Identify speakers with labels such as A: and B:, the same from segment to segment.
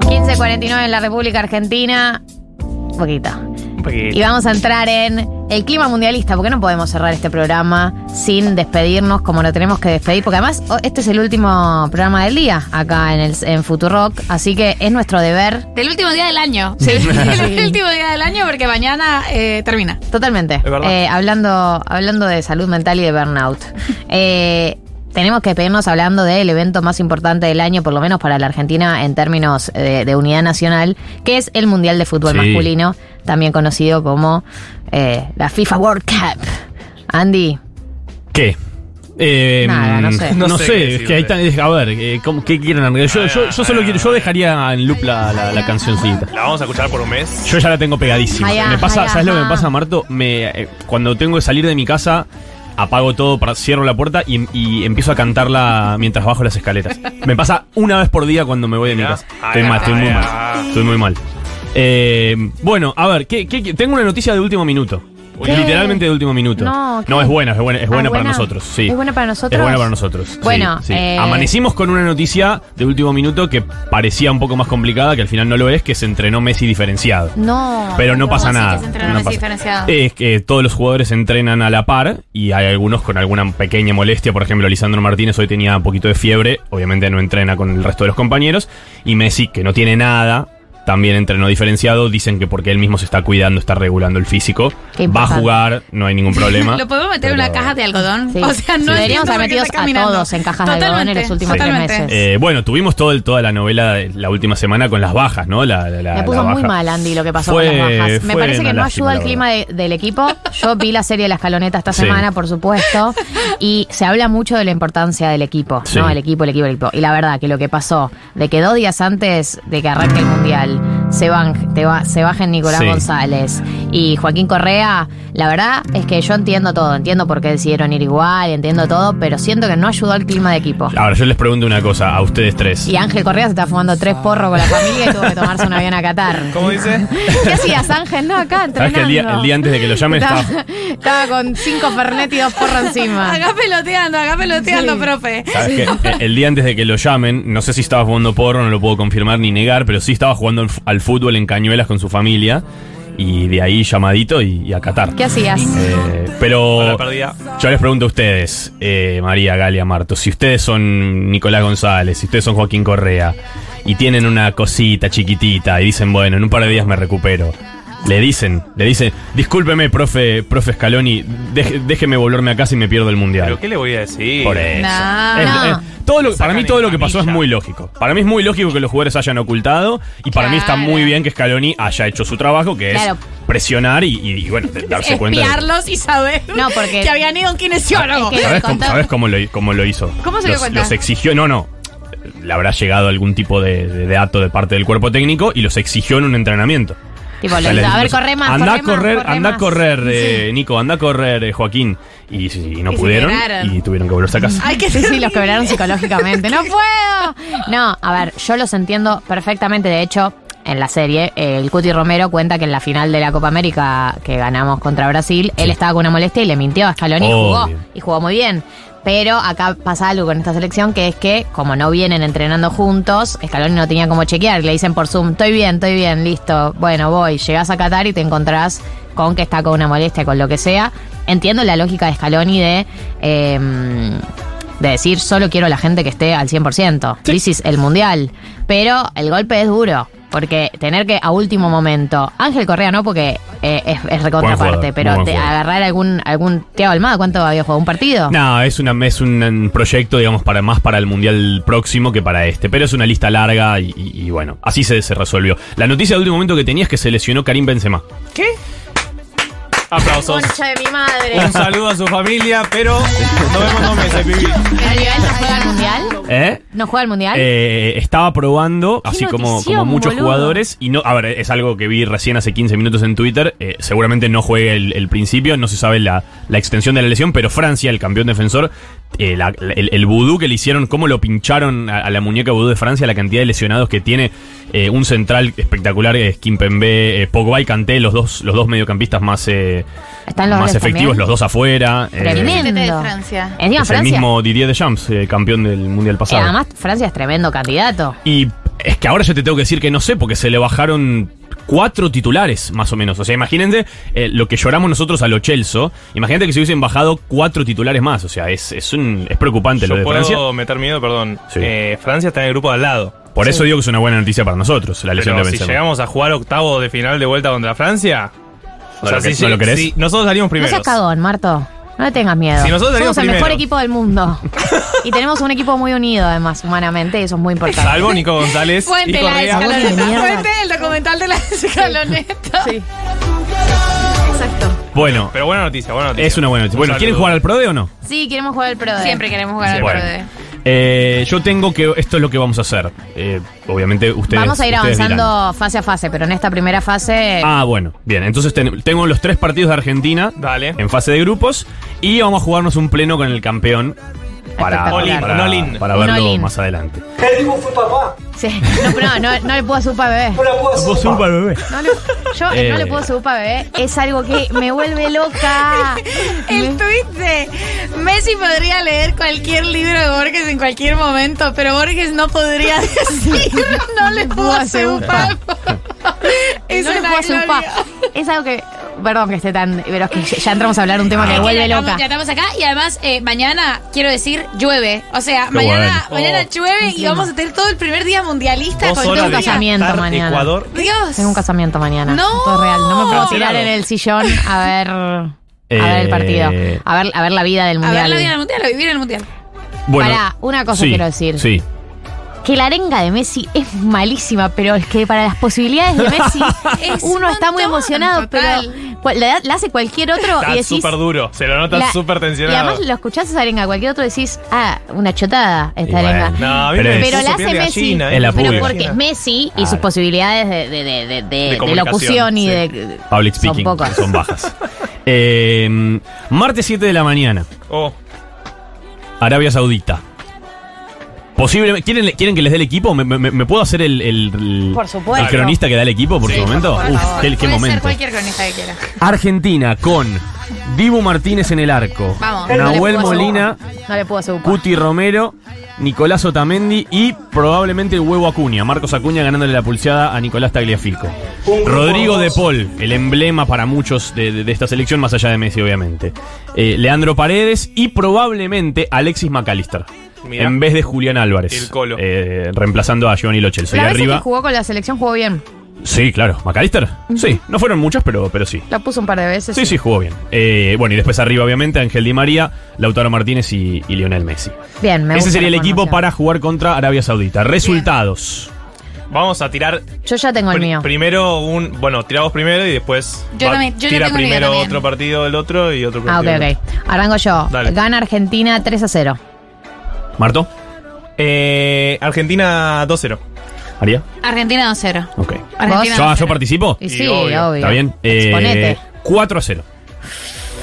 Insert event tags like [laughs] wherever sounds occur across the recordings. A: 9.49 en la República Argentina. Un poquito.
B: Un poquito.
A: Y vamos a entrar en el clima mundialista, porque no podemos cerrar este programa sin despedirnos como lo tenemos que despedir, porque además oh, este es el último programa del día acá en, el, en Futurock, así que es nuestro deber.
C: Del último día del año. Sí. El último día del año porque mañana eh, termina.
A: Totalmente.
B: verdad.
A: Eh, hablando, hablando de salud mental y de burnout. [laughs] Eh, tenemos que despedirnos hablando del evento más importante del año, por lo menos para la Argentina en términos eh, de, de unidad nacional, que es el Mundial de Fútbol
D: Sí.
A: Masculino, también conocido como eh, la FIFA World Cup. Andy,
D: ¿Qué? Eh,
A: Nada, no sé.
D: No,
B: No sé
D: sé,
B: qué
D: es
B: decir,
D: que hay
B: boludo.
D: tan- es- A ver, eh, ¿cómo- ¿qué quieren? arreglar? Yo, yo, yo
B: Ah,
D: solo quiero, yo dejaría en loop la, la, la cancioncita.
B: La vamos a escuchar por un mes.
D: Yo ya la tengo pegadísima.
A: Ay,
D: me
A: ajá,
D: pasa,
A: ay,
D: ¿Sabes lo que me
A: ajá.
D: pasa, Marto? Me, eh, cuando tengo que salir de mi casa, apago todo, para- cierro la puerta y, y empiezo a cantarla mientras bajo las escaleras. Me pasa una vez por día cuando me voy de mi
B: Mirá.
D: casa.
B: Ay,
D: Estoy mal, estoy muy
B: ay,
D: mal.
B: ay.
D: Estoy muy mal. Eh, bueno, a ver, ¿qué- qué- qué- tengo una noticia de último minuto.
A: ¿Qué?
D: Literalmente de último minuto.
A: No, ¿qué?
D: es buena, es buena, es
A: Ah,
D: buena para
A: buena.
D: nosotros. Sí.
A: ¿Es buena para nosotros?
D: Es buena para nosotros. sí,
A: Bueno,
D: sí.
A: eh,
D: amanecimos con una noticia de último minuto que parecía un poco más complicada, que al final no lo es, que se entrenó Messi diferenciado.
A: no.
D: Pero no
C: ¿Cómo
D: pasa
C: así
D: nada.
C: que se entrenan
D: no
C: así
D: pasa-
C: diferenciado?
D: Es que todos los jugadores entrenan a la par y hay algunos con alguna pequeña molestia. Por ejemplo, Lisandro Martínez hoy tenía un poquito de fiebre. Obviamente no entrena con el resto de los compañeros. Y Messi, que no tiene nada, también entrenó diferenciado. Dicen que porque él mismo se está cuidando, está regulando el físico.
A: Qué
D: Va a
A: importante.
D: jugar, no
C: [laughs]
D: hay ningún problema.
C: ¿Lo podemos meter en una
D: Pero-
C: caja de algodón?
A: Sí.
C: O sea, no
A: Sí. Deberíamos
C: entiendo
A: haber
C: por qué
A: metido
C: está
A: a
C: caminando.
A: todos en cajas de algodón en
C: Totalmente,
A: los últimos tres
C: totalmente.
A: meses.
D: Eh, bueno, tuvimos todo el- toda la novela, de- la última semana con las bajas, ¿no? La, la- la-
A: Me puso
D: la
A: muy
D: baja.
A: mal, Andy, lo que pasó
D: Fue-
A: con las bajas. Me
D: fue
A: parece que
D: una
A: no
D: lástima,
A: ayuda el
D: la
A: clima de- del equipo. Yo vi la serie de la escaloneta esta
D: Sí.
A: semana, por supuesto, y se habla mucho de la importancia del equipo,
D: Sí.
A: ¿no? El equipo, el equipo, el equipo. Y la verdad que lo que pasó, de que dos días antes de que arranque el Mundial se, van, te va- se bajen Nicolás
D: Sí.
A: González y Joaquín Correa, la verdad es que yo entiendo todo, entiendo por qué decidieron ir igual, entiendo todo, pero siento que no ayudó al clima de equipo.
D: Ahora, yo les pregunto una cosa a ustedes tres.
A: Y Ángel Correa se está fumando tres porros con la familia y tuvo que tomarse un avión a Qatar.
B: ¿Cómo dice?
A: [laughs] ¿Qué hacías, Ángel? No, acá
D: ¿Sabes
A: entrenando.
D: que el día, el día antes de que lo
A: estaba,
D: llamen
A: [laughs]
D: estaba,
A: estaba con cinco Fernet y dos porros encima.
C: Acá Eh, peloteando, acá peloteando,
A: Sí.
C: profe.
D: ¿Sabes qué? El- El día antes de que lo llamen, no sé si estaba jugando porro, no lo puedo confirmar ni negar, pero sí estaba jugando al fu- al fútbol en cañuelas con su familia. Y de ahí llamadito y, y a Qatar.
A: ¿Qué hacías?
D: Eh,
B: Con la
D: pero
B: pérdida.
D: Ah, yo les pregunto a ustedes, eh, María Galia Marto, si ustedes son Nicolás González, si ustedes son Joaquín Correa y tienen una cosita chiquitita y dicen, bueno, en un par de días me recupero. Le dicen, le dicen, discúlpeme, profe, profe Scaloni, deje- déjeme volverme a casa y me pierdo el mundial.
B: ¿Pero qué le voy a decir?
D: Por eh, eso.
C: No.
D: Es-
A: No.
D: es- todo lo- para mí
B: Sacan
D: todo lo
B: en
D: que pasó es
B: camilla.
D: muy lógico. Para mí es muy lógico que los jugadores hayan ocultado y para mí está
C: Claro.
D: muy bien que Scaloni haya hecho su trabajo, que
A: Claro.
D: es presionar y, y, bueno, de-
C: [laughs]
D: darse cuenta. de-
C: Espiarlos y saber
A: No, porque- Ah,
C: que habían ido a un kinesiólogo.
A: Es que-
D: ¿Sabes, cómo,
A: Contá-
D: sabes cómo lo, cómo lo hizo?
C: ¿Cómo se dio
D: los,
C: cuenta?
D: los exigió, no, no. Le habrá llegado algún tipo de, de dato de parte del cuerpo técnico y los exigió en un entrenamiento.
A: Tipo,
D: O sea,
A: lo-
D: les-
A: a ver,
D: los-
A: corre más. corre
D: Andá a
A: más,
D: correr,
A: corre
D: andá a
A: más.
D: correr, eh, Nico, andá a correr, eh, Joaquín. Y, sí, sí, no
C: Y se
D: pudieron
C: quebraron.
D: y tuvieron que volverse a casa.
C: Hay que
A: Sí, sí, los
C: terrible.
A: quebraron psicológicamente. ¡No puedo! No, a ver, yo los entiendo perfectamente. De hecho, en la serie, eh, el Cuti Romero cuenta que en la final de la Copa América que ganamos contra Brasil, él estaba con una molestia y le mintió a Scaloni y jugó.
D: Obvio.
A: Y jugó muy bien. Pero acá pasa algo con esta selección que es que, como no vienen entrenando juntos, Scaloni no tenía como chequear. Le dicen por Zoom, estoy bien, estoy bien, listo. Bueno, voy. Llegás a Qatar y te encontrás con que está con una molestia, con lo que sea. Entiendo la lógica de Scaloni de... em, de decir solo quiero a la gente que esté al 100%. This is el mundial. Pero el golpe es duro. Porque tener que a último momento. Ángel Correa no, porque eh, es, es
D: Buen jugador,
A: recontraparte.
D: muy
A: Pero
D: buen
A: te-
D: jugador.
A: agarrar algún. algún Tiago Almada, ¿cuánto había jugado? ¿Un partido?
D: No, es, una, es un proyecto, digamos, para más para el Mundial próximo que para este. Pero es una lista larga y, y- y bueno, así se, se resolvió. La noticia de último momento que tenía es que se lesionó Karim Benzema.
B: ¿Qué? Aplausos.
A: Concha de mi madre.
B: Un saludo a su familia, pero nos vemos en dos meses, pibi.
A: ¿Pero Lionel no juega al mundial?
D: ¿Eh?
A: ¿No juega al mundial?
D: Eh, estaba probando,
A: ¡Qué
D: así como,
A: notición,
D: como muchos
A: boludo!
D: jugadores. Y no, a ver, es algo que vi recién hace 15 minutos en Twitter. eh, seguramente no juegue el, el principio, no se sabe la, la extensión de la lesión, pero Francia, el campeón defensor, eh, la- la- el, el vudú que le hicieron, cómo lo pincharon a, a la muñeca vudú de Francia, la cantidad de lesionados que tiene. eh, un central espectacular, es Kimpembe, eh, Pogba y Kanté, los dos, los dos mediocampistas más, eh,
A: Están los
D: más
A: goles
D: efectivos,
A: también.
D: los dos afuera. eh,
A: Tremendo.
C: Siete de Francia.
A: Encima
D: es el
A: Francia.
D: mismo Didier Deschamps, eh, campeón del Mundial
A: eh,
D: pasado.
A: además, Francia es tremendo candidato.
D: Y Es que ahora yo te tengo que decir que no sé, porque se le bajaron cuatro titulares, más o menos. O sea, imagínense eh, lo que lloramos nosotros a lo Chelso. Imagínate que se hubiesen bajado cuatro titulares más. O sea, es, es, un, es preocupante lo
B: Yo
D: de
B: puedo
D: Francia.
B: meter miedo, perdón.
D: Sí.
B: Eh, Francia está en el grupo de al lado.
D: Por eso digo que es una buena noticia para nosotros, la lesión
B: Pero
D: de
B: si
D: Benzema.
B: llegamos a jugar octavo de final de vuelta contra Francia.
D: No lo que-
B: si-
D: no lo querés.
B: si nosotros salimos
A: No
B: primeros.
A: seas cagón, Marto. No le tengas miedo.
B: Si nosotros
A: Somos
B: salimos
A: el mejor
B: primeros.
A: equipo del
D: [laughs]
A: mundo. y tenemos un equipo muy unido, además, humanamente, y eso es muy importante.
B: Salvo Nico
A: [laughs]
B: González y
C: Fuente la
B: Correa.
A: Vos de
C: escaloneta.
A: mierda.
C: Fuente el documental de la escaloneta.
A: Sí.
C: Exacto.
D: Bueno,
B: Pero buena noticia, buena noticia.
D: es una buena noticia.
B: Un
D: Bueno,
B: saludo.
D: ¿quieren jugar al Prode o no?
A: Sí, queremos jugar al Pro. eh.
C: Siempre queremos jugar al
D: Bueno.
C: PRD.
D: Eh, yo tengo que. Esto es lo que vamos a hacer. Eh, obviamente ustedes.
A: Vamos a ir
D: ustedes
A: avanzando
D: dirán.
A: fase a fase, pero en esta primera fase.
D: Ah, bueno, bien. Entonces ten- tengo los tres partidos de Argentina
B: Dale.
D: en fase de grupos y vamos a jugarnos un pleno con el campeón para,
A: Espectacular.
D: para,
B: Un all-in.
D: para
A: Un
D: verlo
A: all-in.
D: más adelante.
E: Quer digo, fui papá?
A: Sí. No, pero no, no, no le puedo supa bebé.
E: Por la boa, sim.
D: bebé.
A: No le- yo eh, no
D: Eh.
A: le puedo supa bebé. Es algo que me vuelve loca.
C: El tuit de Messi podría leer cualquier libro de Borges en cualquier momento, pero Borges no podría [laughs] decir no le puedo hacer un papo.
A: El
C: Eso
A: no le puedo supa. Es algo que. Perdón que esté tan. Pero es que ya entramos a hablar de un
D: Ah.
A: tema que me vuelve loca.
C: Ya estamos acá y además eh, mañana, quiero decir, llueve. O sea, mañana,
B: bueno.
C: mañana
B: Oh.
C: llueve y vamos a tener todo el primer día mundialista
B: Dos
C: con
B: horas
C: todo
A: un
B: de
A: casamiento
B: estar
A: mañana. Oh,
B: Ecuador.
C: Dios.
A: Tengo un casamiento mañana.
C: No.
A: Esto es real. No me puedo
B: Claro.
D: Ah,
A: tirar en el sillón a ver.
D: Eh.
A: A ver el partido. A ver, a ver la vida del
C: A
A: mundial.
C: ver la vida del mundial, a vivir el mundial.
D: Bueno,
A: Pará, una cosa
D: sí,
A: quiero decir.
D: Sí.
A: Que la arenga de Messi es malísima, pero es que para las posibilidades de [laughs] Messi
C: Es
A: uno
C: un
A: está muy
C: montón,
A: emocionado,
C: total.
A: pero cual- la, la hace cualquier otro y
B: Está
A: decís.
B: súper duro. Se lo nota
A: la-
B: súper
A: Y
B: tensionado.
A: además lo escuchás esa arenga, cualquier otro decís, ah, una chotada esta
D: Y bueno.
A: arenga.
B: No, a mí
D: Pero
B: me
D: es-
A: Pero
B: puso
A: la
B: piel
A: hace
B: de
A: Messi.
B: gallina, ¿eh?
D: Es la
A: pero
D: pura.
A: porque es Messi y
D: Claro.
A: sus posibilidades de, de, de, de, de- de
B: comunicación,
A: locución y
B: sí.
A: de.
D: Public speaking.
A: Son pocas.
D: bajas.
A: [laughs]
D: Eh, martes 7 de la mañana.
B: Oh,
D: Arabia Saudita. Posible, ¿quieren, ¿Quieren que les dé el equipo? ¿Me, me- me puedo hacer el, el- el-
A: Por supuesto.
D: el cronista que da el equipo por
C: Sí,
D: su momento?
C: por
D: Uf,
C: favor.
D: qué, qué
C: Puede ser
D: momento.
C: cualquier cronista que quiera.
D: Argentina con Dibu Martínez en el arco.
C: Vamos.
A: No le
D: Nahuel
A: puedo
D: Molina,
A: asupar. No le puedo asupar.
D: Cuti Romero, Nicolás Otamendi y probablemente el huevo Acuña. Marcos Acuña ganándole la pulseada a Nicolás Tagliafico. Rodrigo De Paul, el emblema para muchos de, de- de esta selección, más allá de Messi, obviamente. Eh, Leandro Paredes y probablemente Alexis McAllister.
B: Mirá.
D: En vez de Julián Álvarez.
B: El Colo.
D: Eh, reemplazando a Giovanni Lochelso. Y
A: La vez que
D: arriba.
A: jugó con la selección jugó bien.
D: Sí, claro. ¿McAllister? Sí. No fueron muchas, pero, pero sí.
A: La puso un par de veces.
D: Sí, sí, jugó bien. Eh, bueno, y después arriba, obviamente, Ángel Di María, Lautaro Martínez y, y Lionel Messi.
A: Bien, me
D: Ese
A: gusta
D: sería el
A: la
D: equipo
A: formación.
D: para jugar contra Arabia Saudita. Resultados.
B: vamos a tirar
A: Yo ya tengo el
B: pri-
A: mío.
B: primero un. Bueno, tiramos primero y después.
C: Yo
B: va-
C: también- yo ya
B: tira
C: tengo el mío
B: primero
C: también.
B: otro partido del otro y otro
A: Ah, ok,
B: partido. del
A: ok.
B: otro.
A: Arranco yo.
B: Dale.
A: Gana Argentina 3 a 0.
D: Marto,
B: Eh, Argentina 2-0.
D: Haría.
C: Argentina 2-0.
D: Ok.
C: Argentina
A: ¿Vos?
D: ¿Yo,
C: 2-0.
D: yo participo?
A: Y
B: Y
A: sí,
B: obvio.
A: obvio.
D: Está bien. Eh,
A: Exponete.
D: 4 a 0.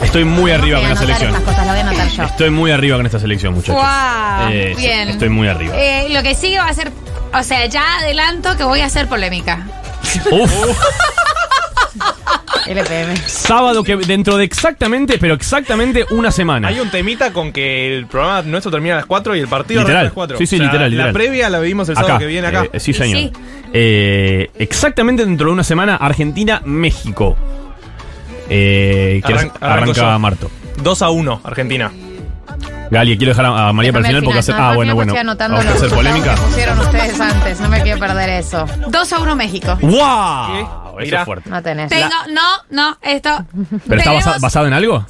D: Estoy muy arriba
A: Voy a
D: con la
A: anotar
D: selección.
A: Estas cosas, las voy a anotar yo.
D: Estoy muy arriba con esta selección, muchachos.
C: Guau,
D: Eh, sí,
C: bien.
D: estoy muy arriba.
C: Eh, lo que sigue va a ser, o sea, ya adelanto que voy a hacer polémica.
A: [laughs]
D: Uf.
A: LPM.
D: Sábado que dentro de exactamente, pero exactamente una semana.
B: Hay un temita con que el programa nuestro termina a las 4 y el partido
D: Literal.
B: arranca a las 4.
D: Sí, sí, literal, literal.
B: La previa la vivimos el sábado que viene acá.
D: eh, sí,
C: Y
D: señor.
C: sí.
D: Eh, exactamente dentro de una semana, Argentina-México. Eh, ¿qué
B: Arran-
D: hace?
B: arranco
D: arranca
B: yo.
D: Marto.
B: 2 a 1, Argentina.
D: Gali, quiero dejar a, a María
A: Déjame
D: para el final
A: al
D: porque hacer.
A: no,
D: Ah,
A: al
D: bueno,
A: final
D: bueno.
A: Estoy anotando
D: Vamos a
A: los
D: hacer
A: resultados
D: polémica.
A: que pusieron ustedes antes. No me quiero perder eso.
C: 2 a 1 México.
D: ¡Wow!
B: ¿Qué?
D: Eso es
B: Mirá.
A: [laughs]
D: fuerte.
A: No tenés.
C: Tengo, no, no, esto.
D: ¿Pero está basa-
C: tenemos
D: basado en algo?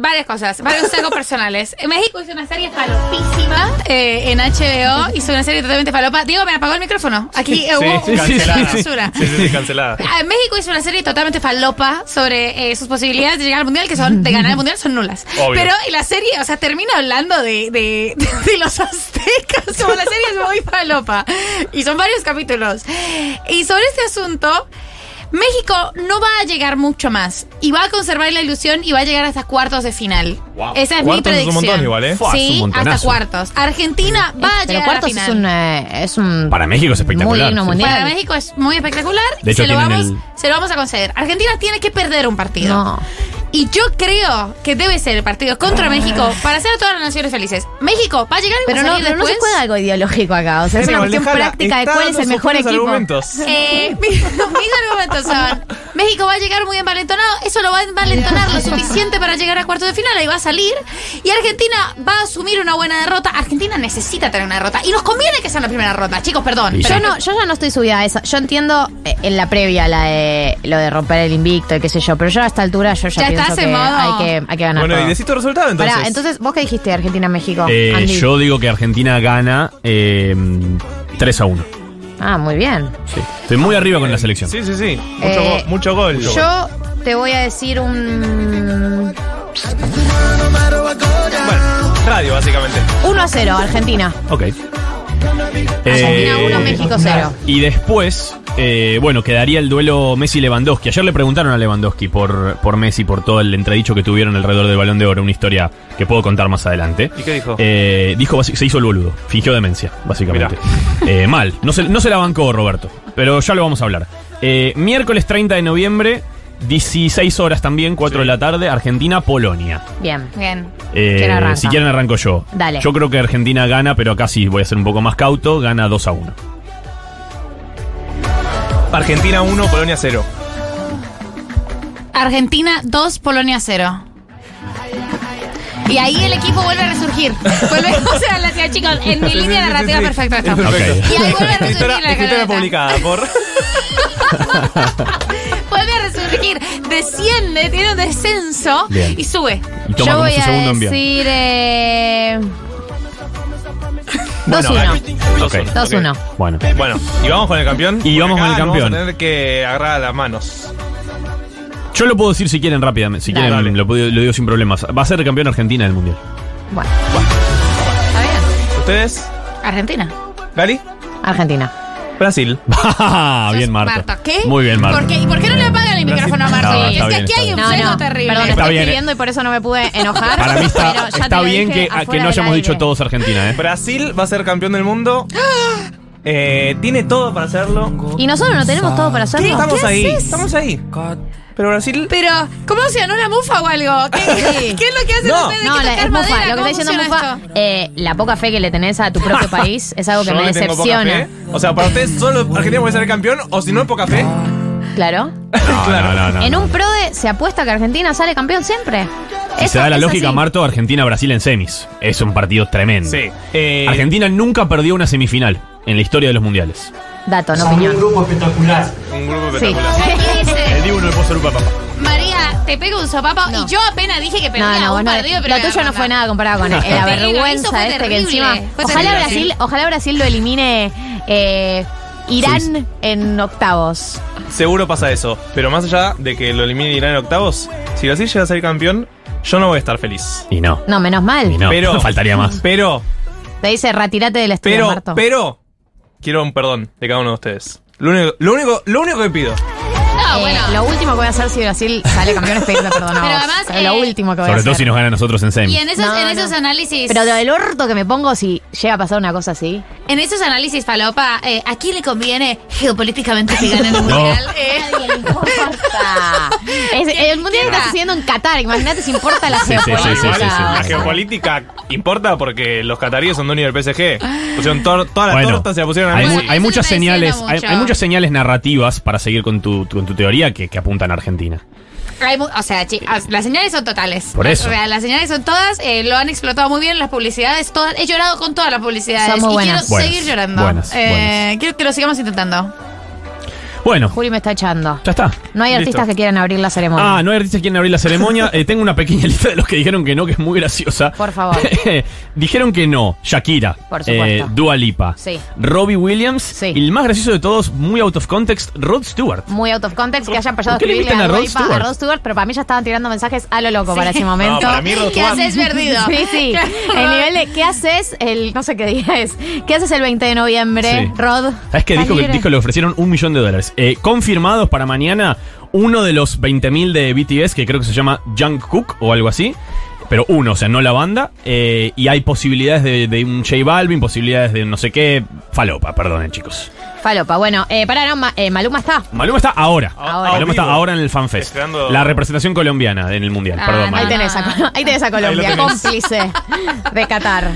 C: varias cosas, varios sesgos personales. En México hizo una serie falopísima eh, en HBO, hizo una serie totalmente falopa. Diego, me apagó el micrófono. Aquí eh, hubo
B: sí,
C: una
B: sí, sí,
C: censura.
B: [laughs] Sí, sí, sí, cancelada.
C: Ah, México hizo una serie totalmente falopa sobre eh, sus posibilidades de llegar al mundial, que son de ganar el mundial, son nulas.
B: Obvio.
C: Pero y la serie, o sea, termina hablando de, de, [laughs] de los aztecas. Como la serie es muy falopa. Y son varios capítulos. Y sobre este asunto. México no va a llegar mucho más y va a conservar la ilusión y va a llegar hasta cuartos de final.
D: Wow.
C: Esa es mi
B: Cuartos es
C: predicción.
B: un montón igual, ¿eh?
D: Fua, es un
C: Sí, hasta
D: montonazo.
C: cuartos. Argentina va a
A: Pero
C: llegar a
A: este, cuartos es
C: final.
A: un, eh, es un.
D: Para México es espectacular.
A: Muy digno
D: Sí.
A: mundial.
C: Para México es muy espectacular.
D: De hecho,
C: se, lo
D: tienen
C: vamos,
D: el-
C: se lo vamos a conceder. Argentina tiene que perder un partido.
A: No. Ah.
C: Y yo creo que debe ser el partido contra México para hacer a todas las naciones felices. México va a llegar y
A: Pero
C: va a
A: no,
C: salir
A: pero no
C: después.
A: se juega algo ideológico acá. O sea, es una
B: Pero,
A: cuestión
B: Alejandra,
A: práctica de
B: está
A: cuál es el
B: dando
A: mejor
B: sus
A: equipo.
B: buenos argumentos.
C: Eh, [laughs] mis, mis argumentos son: México va a llegar muy envalentonado, eso lo va a envalentonar lo suficiente para llegar a cuartos de final, ahí va a salir. Y Argentina va a asumir una buena derrota. Argentina necesita tener una derrota. Y nos conviene que sea la primera derrota, chicos, perdón.
D: Y
C: Pero
A: Yo no, yo ya no estoy subida a esa. Yo entiendo eh, en la previa la de lo de romper el invicto y qué sé yo, pero yo a esta altura yo ya,
C: Ya
A: pienso
C: estás
A: que
C: en modo-
A: hay que hay que ganar.
B: Bueno,
A: todo.
B: y decís tu resultado entonces.
A: Pará, entonces, ¿vos qué dijiste Argentina-México?
D: Eh,
A: Andy?
D: yo digo que Argentina gana eh, 3 a 1.
A: Ah, muy bien.
D: Sí. Estoy muy arriba con la selección.
B: Sí, sí, sí. Mucho,
A: Eh,
B: go- mucho gol.
A: Yo te voy a decir un
B: Bueno, radio, básicamente.
A: 1 a 0, Argentina.
D: Ok. Eh,
A: Argentina 1, México 0.
D: Y después, eh, bueno, quedaría el duelo Messi-Lewandowski. Ayer le preguntaron a Lewandowski por, por Messi, por todo el entredicho que tuvieron alrededor del Balón de Oro, una historia que puedo contar más adelante.
B: ¿Y qué dijo?
D: Eh, dijo, basi- se hizo el boludo, fingió demencia, básicamente. Eh, mal, no se, no se la bancó Roberto, pero ya lo vamos a hablar. Eh, miércoles 30 de noviembre, 16 horas también, 4
B: Sí.
D: de la tarde, Argentina-Polonia.
A: Bien.
C: Bien.
D: Eh,
A: ¿Quién arranca?
D: si quieren arranco yo.
A: Dale.
D: Yo creo que Argentina gana, pero acá sí voy a ser un poco más cauto, gana 2 a 1.
B: Argentina 1, Polonia 0.
C: Argentina 2, Polonia 0. Y ahí el equipo vuelve a resurgir. Vuelve, o sea, la ciudad, chicos, en mi línea narrativa perfecta está.
D: perfecto.
C: Y ahí
B: [laughs]
C: vuelve a resurgir
B: Escritora,
C: la
B: escritora
C: escaloneta.
B: publicada por. [laughs]
C: Vuelve a resurgir, desciende, tiene un descenso
D: Bien.
C: y sube.
D: Y toma
A: yo
D: como
A: voy
D: su
A: a
D: segundo envío.
A: decir eh, 2-1.
D: Ok.
A: 2-1.
D: Bueno.
B: Bueno, y vamos con el campeón.
D: Y
B: Por
D: vamos con
B: acá nos
D: el campeón.
B: Vamos a tener que agarrar las manos.
D: Yo lo puedo decir si quieren rápidamente, si
A: Dale.
D: quieren lo, puedo- lo digo sin problemas. Va a ser campeón Argentina del
A: [laughs]
D: Mundial.
A: Bueno,
C: Está bien.
B: ¿Ustedes?
C: Argentina.
B: ¿Gali?
A: Argentina.
B: Brasil.
D: Ah, bien, Marta.
C: ¿Qué?
D: Muy bien, Marta.
C: ¿Por qué? ¿Y por qué no le apagan el micrófono a Marta?
D: No,
C: es
D: está
C: que
D: bien,
C: aquí
D: está
C: hay un
A: No,
C: fuego
A: no.
C: terrible.
A: Perdón,
D: Está
A: estoy
D: bien, eh.
A: pidiendo y por eso no me pude enojar.
D: Para
A: pero
D: mí está,
A: ya te
D: está
A: lo
D: bien
A: dije
D: que, a- que
A: afuera
D: no
A: del
D: hayamos
A: aire.
D: dicho todos Argentina, ¿eh?
B: Brasil va a ser campeón del
C: [gasps]
B: mundo. Eh, tiene todo para hacerlo.
A: Y nosotros no tenemos todo para hacerlo.
B: Estamos
C: ¿Qué
B: ahí,
C: haces?
B: estamos ahí. Pero Brasil.
C: Pero, ¿cómo se ganó la mufa o algo? ¿Qué,
A: [laughs] Sí.
C: qué es lo que hacen
B: No.
C: ustedes?
A: No,
C: ¿Qué
A: la,
C: tocar
A: es Mufa,
C: madera?
A: lo que
C: ¿Cómo
A: está diciendo
C: funciona
A: Mufa, eh, la poca fe que le tenés a tu
D: [laughs]
A: propio país es algo que
B: yo
A: me
B: le tengo poca
A: decepciona.
B: fe. O sea, para ustedes solo Argentina puede ser campeón, o si no, poca fe.
A: Claro.
B: [laughs]
D: No,
B: Claro.
D: no, no, no.
A: en un PRODE se apuesta que Argentina sale campeón siempre.
D: Si
A: Eso
D: se da la
A: es
D: lógica,
A: así.
D: Marto, Argentina-Brasil en semis. Es un partido tremendo.
B: Sí. Eh,
D: Argentina nunca perdió una semifinal en la historia de los mundiales.
A: Dato, no
E: Salió un
A: opinión.
E: grupo espectacular.
B: Un grupo
A: Sí.
B: espectacular.
C: ¿Qué dice?
D: digo no le puedo hacer un papá.
C: María, te pego un sopapo
A: No.
C: y yo apenas dije que perdía
A: No, no, vos
C: un
A: no.
C: partido, pero
A: Lo tuyo no fue nada comparado
C: [laughs]
A: con
D: Te digo,
A: la
D: lo
C: hizo,
A: vergüenza
C: fue
A: de este que
C: terrible.
A: encima.
C: Fue
A: Ojalá
C: terrible.
A: Brasil, ojalá Brasil lo elimine eh, Irán
D: Sí.
A: en octavos.
B: Seguro pasa eso. Pero más allá de que lo elimine Irán en octavos, si Brasil llega a ser campeón, yo no voy a estar feliz.
D: Y no.
A: No, menos mal.
D: Y no.
B: Pero-
D: [laughs] faltaría más.
B: Pero,
A: Te dice retirate del estudio,
B: pero,
A: Marto.
B: pero, quiero un perdón de cada uno de ustedes. Lo único, lo único, lo único que pido.
C: No,
A: Eh,
C: Ah, bueno.
A: Lo último que voy a hacer si Brasil sale campeón es pedirle perdón a
C: Pero
A: vos.
C: además,
A: Es lo
C: eh,
A: último que voy a
D: Sobre
A: hacer.
D: todo si nos gana a nosotros en
C: Y
D: semis.
C: en esos,
A: No,
C: en
A: no.
C: esos análisis.
A: Pero lo del orto que me pongo si llega a pasar una cosa
C: [laughs]
A: así.
C: En esos análisis, Falopa, eh, ¿a quién le conviene geopolíticamente que
D: [laughs]
C: gane el mundial? Eh,
A: importa. Es- el mundial
C: importa?
A: está sucediendo en Qatar. Imagínate si importa la
D: Sí, sí, sí,
A: geopolítica.
D: sí, sí, sí.
B: La geopolítica importa porque los cataríes son dueños del PSG. Pusieron tor- todas las tortas y la pusieron a
D: hay,
B: Messi.
D: mu-
C: Bueno,
D: hay
C: eso
D: muchas
C: me decepciona
D: señales, hay,
C: mucho.
D: hay muchas señales narrativas para seguir con tu, con tu teoría que, que apuntan a Argentina.
C: hay mu- o sea, chi- as- las señales son totales.
D: Por eso.
C: O sea, las señales son todas, eh, lo han explotado muy bien las publicidades. Todas, he llorado con todas las publicidades.
A: Son muy
C: y
A: buenas.
C: quiero
D: Buenas,
C: seguir llorando.
D: buenas,
C: Eh,
D: buenas.
C: Quiero que lo sigamos intentando.
D: Bueno,
A: Juli me está echando.
D: ya está.
A: No hay artistas
B: Listo.
A: que quieran abrir la ceremonia.
D: Ah, no hay artistas que quieren abrir
A: [laughs]
D: la ceremonia. Eh, tengo una pequeña [laughs] lista de los que dijeron que no, que es muy graciosa.
A: Por favor.
D: [laughs] dijeron que no. Shakira. eh,
A: Por supuesto.
D: Dua Lipa.
A: Sí.
D: Robbie Williams.
A: Sí.
D: Y el más gracioso de todos, muy out of context, Rod Stewart.
A: Muy out of context que hayan pasado a
D: ¿Por qué le
A: escribirle
D: invitan
A: a,
D: a Rod
A: Rod Stewart?
D: Stewart?
A: a Rod Stewart, pero para mí ya estaban tirando mensajes a lo loco para ese momento.
B: No, para mí Rod
C: ¿Qué
B: Stewart-
C: haces perdido?
A: [laughs] Sí,
D: [laughs]
A: sí. El nivel de ¿qué haces el no sé qué día es? ¿Qué haces el 20 de noviembre,
D: Sí.
A: Rod?
D: ¿Sabes qué?
A: ¿Estás
D: Dijo que,
A: libre?
D: dijo que le ofrecieron un millón de dólares. Eh, confirmados para mañana, uno de los 20.000 de BTS, que creo que se llama Jungkook o algo así. pero uno, o sea, no la banda. eh, y hay posibilidades de, de un J Balvin, posibilidades de no sé qué. Falopa, perdonen, chicos.
A: Falopa, bueno, eh, pará, no, Ma- eh, Maluma está.
D: Maluma está ahora.
A: Ahora.
D: Maluma está
B: vivo.
D: ahora en el FanFest.
B: Esperando-
D: La representación colombiana en el mundial,
C: Ah,
D: perdón.
C: no,
A: Ahí
D: Maluma.
A: tenés a, Col- ahí tenés a Colombia,
B: Ahí lo tenés.
A: cómplice de Qatar.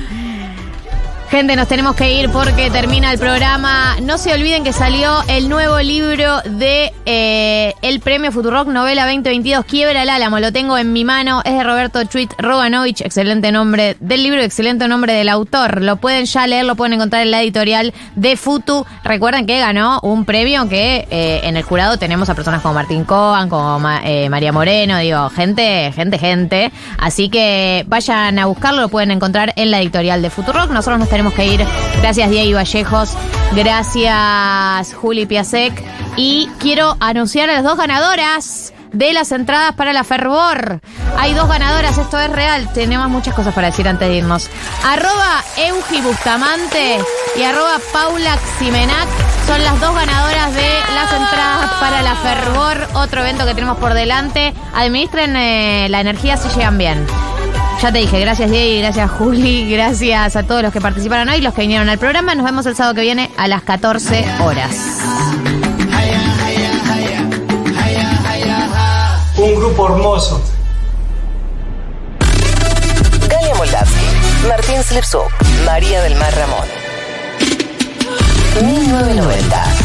A: Gente, nos tenemos que ir porque termina el programa. No se olviden que salió el nuevo libro de eh, el premio Futurock Novela 2022, Quiebra el Álamo. Lo tengo en mi mano. Es de Roberto Chuit Roganovich. Excelente nombre del libro, y excelente nombre del autor. Lo pueden ya leer, lo pueden encontrar en la editorial de Futu. Recuerden que ganó un premio que eh, en el jurado tenemos a personas como Martín Coan, como Ma- eh, María Moreno, digo, gente, gente, gente. Así que vayan a buscarlo, lo pueden encontrar en la editorial de Futurock. Nosotros nos tenemos que ir. Gracias Diego Vallejos, gracias Juli Piasek. Y quiero anunciar a las dos ganadoras de las entradas para la Fervor. Hay dos ganadoras, esto es real. Tenemos muchas cosas para decir antes de irnos. Arroba Eugi Bustamante y arroba Paula Ximenac son las dos ganadoras de las entradas para la Fervor, otro evento que tenemos por delante. Administren eh, la energía si llegan bien. Ya te dije, gracias Diego, gracias Juli, [laughs] gracias a todos los que participaron hoy, los que vinieron al programa. Nos vemos el sábado que viene a las 14 horas.
E: un grupo hermoso.
F: Galia Moldavsky, Martín Slepsuk, María del Mar Ramón. 1990.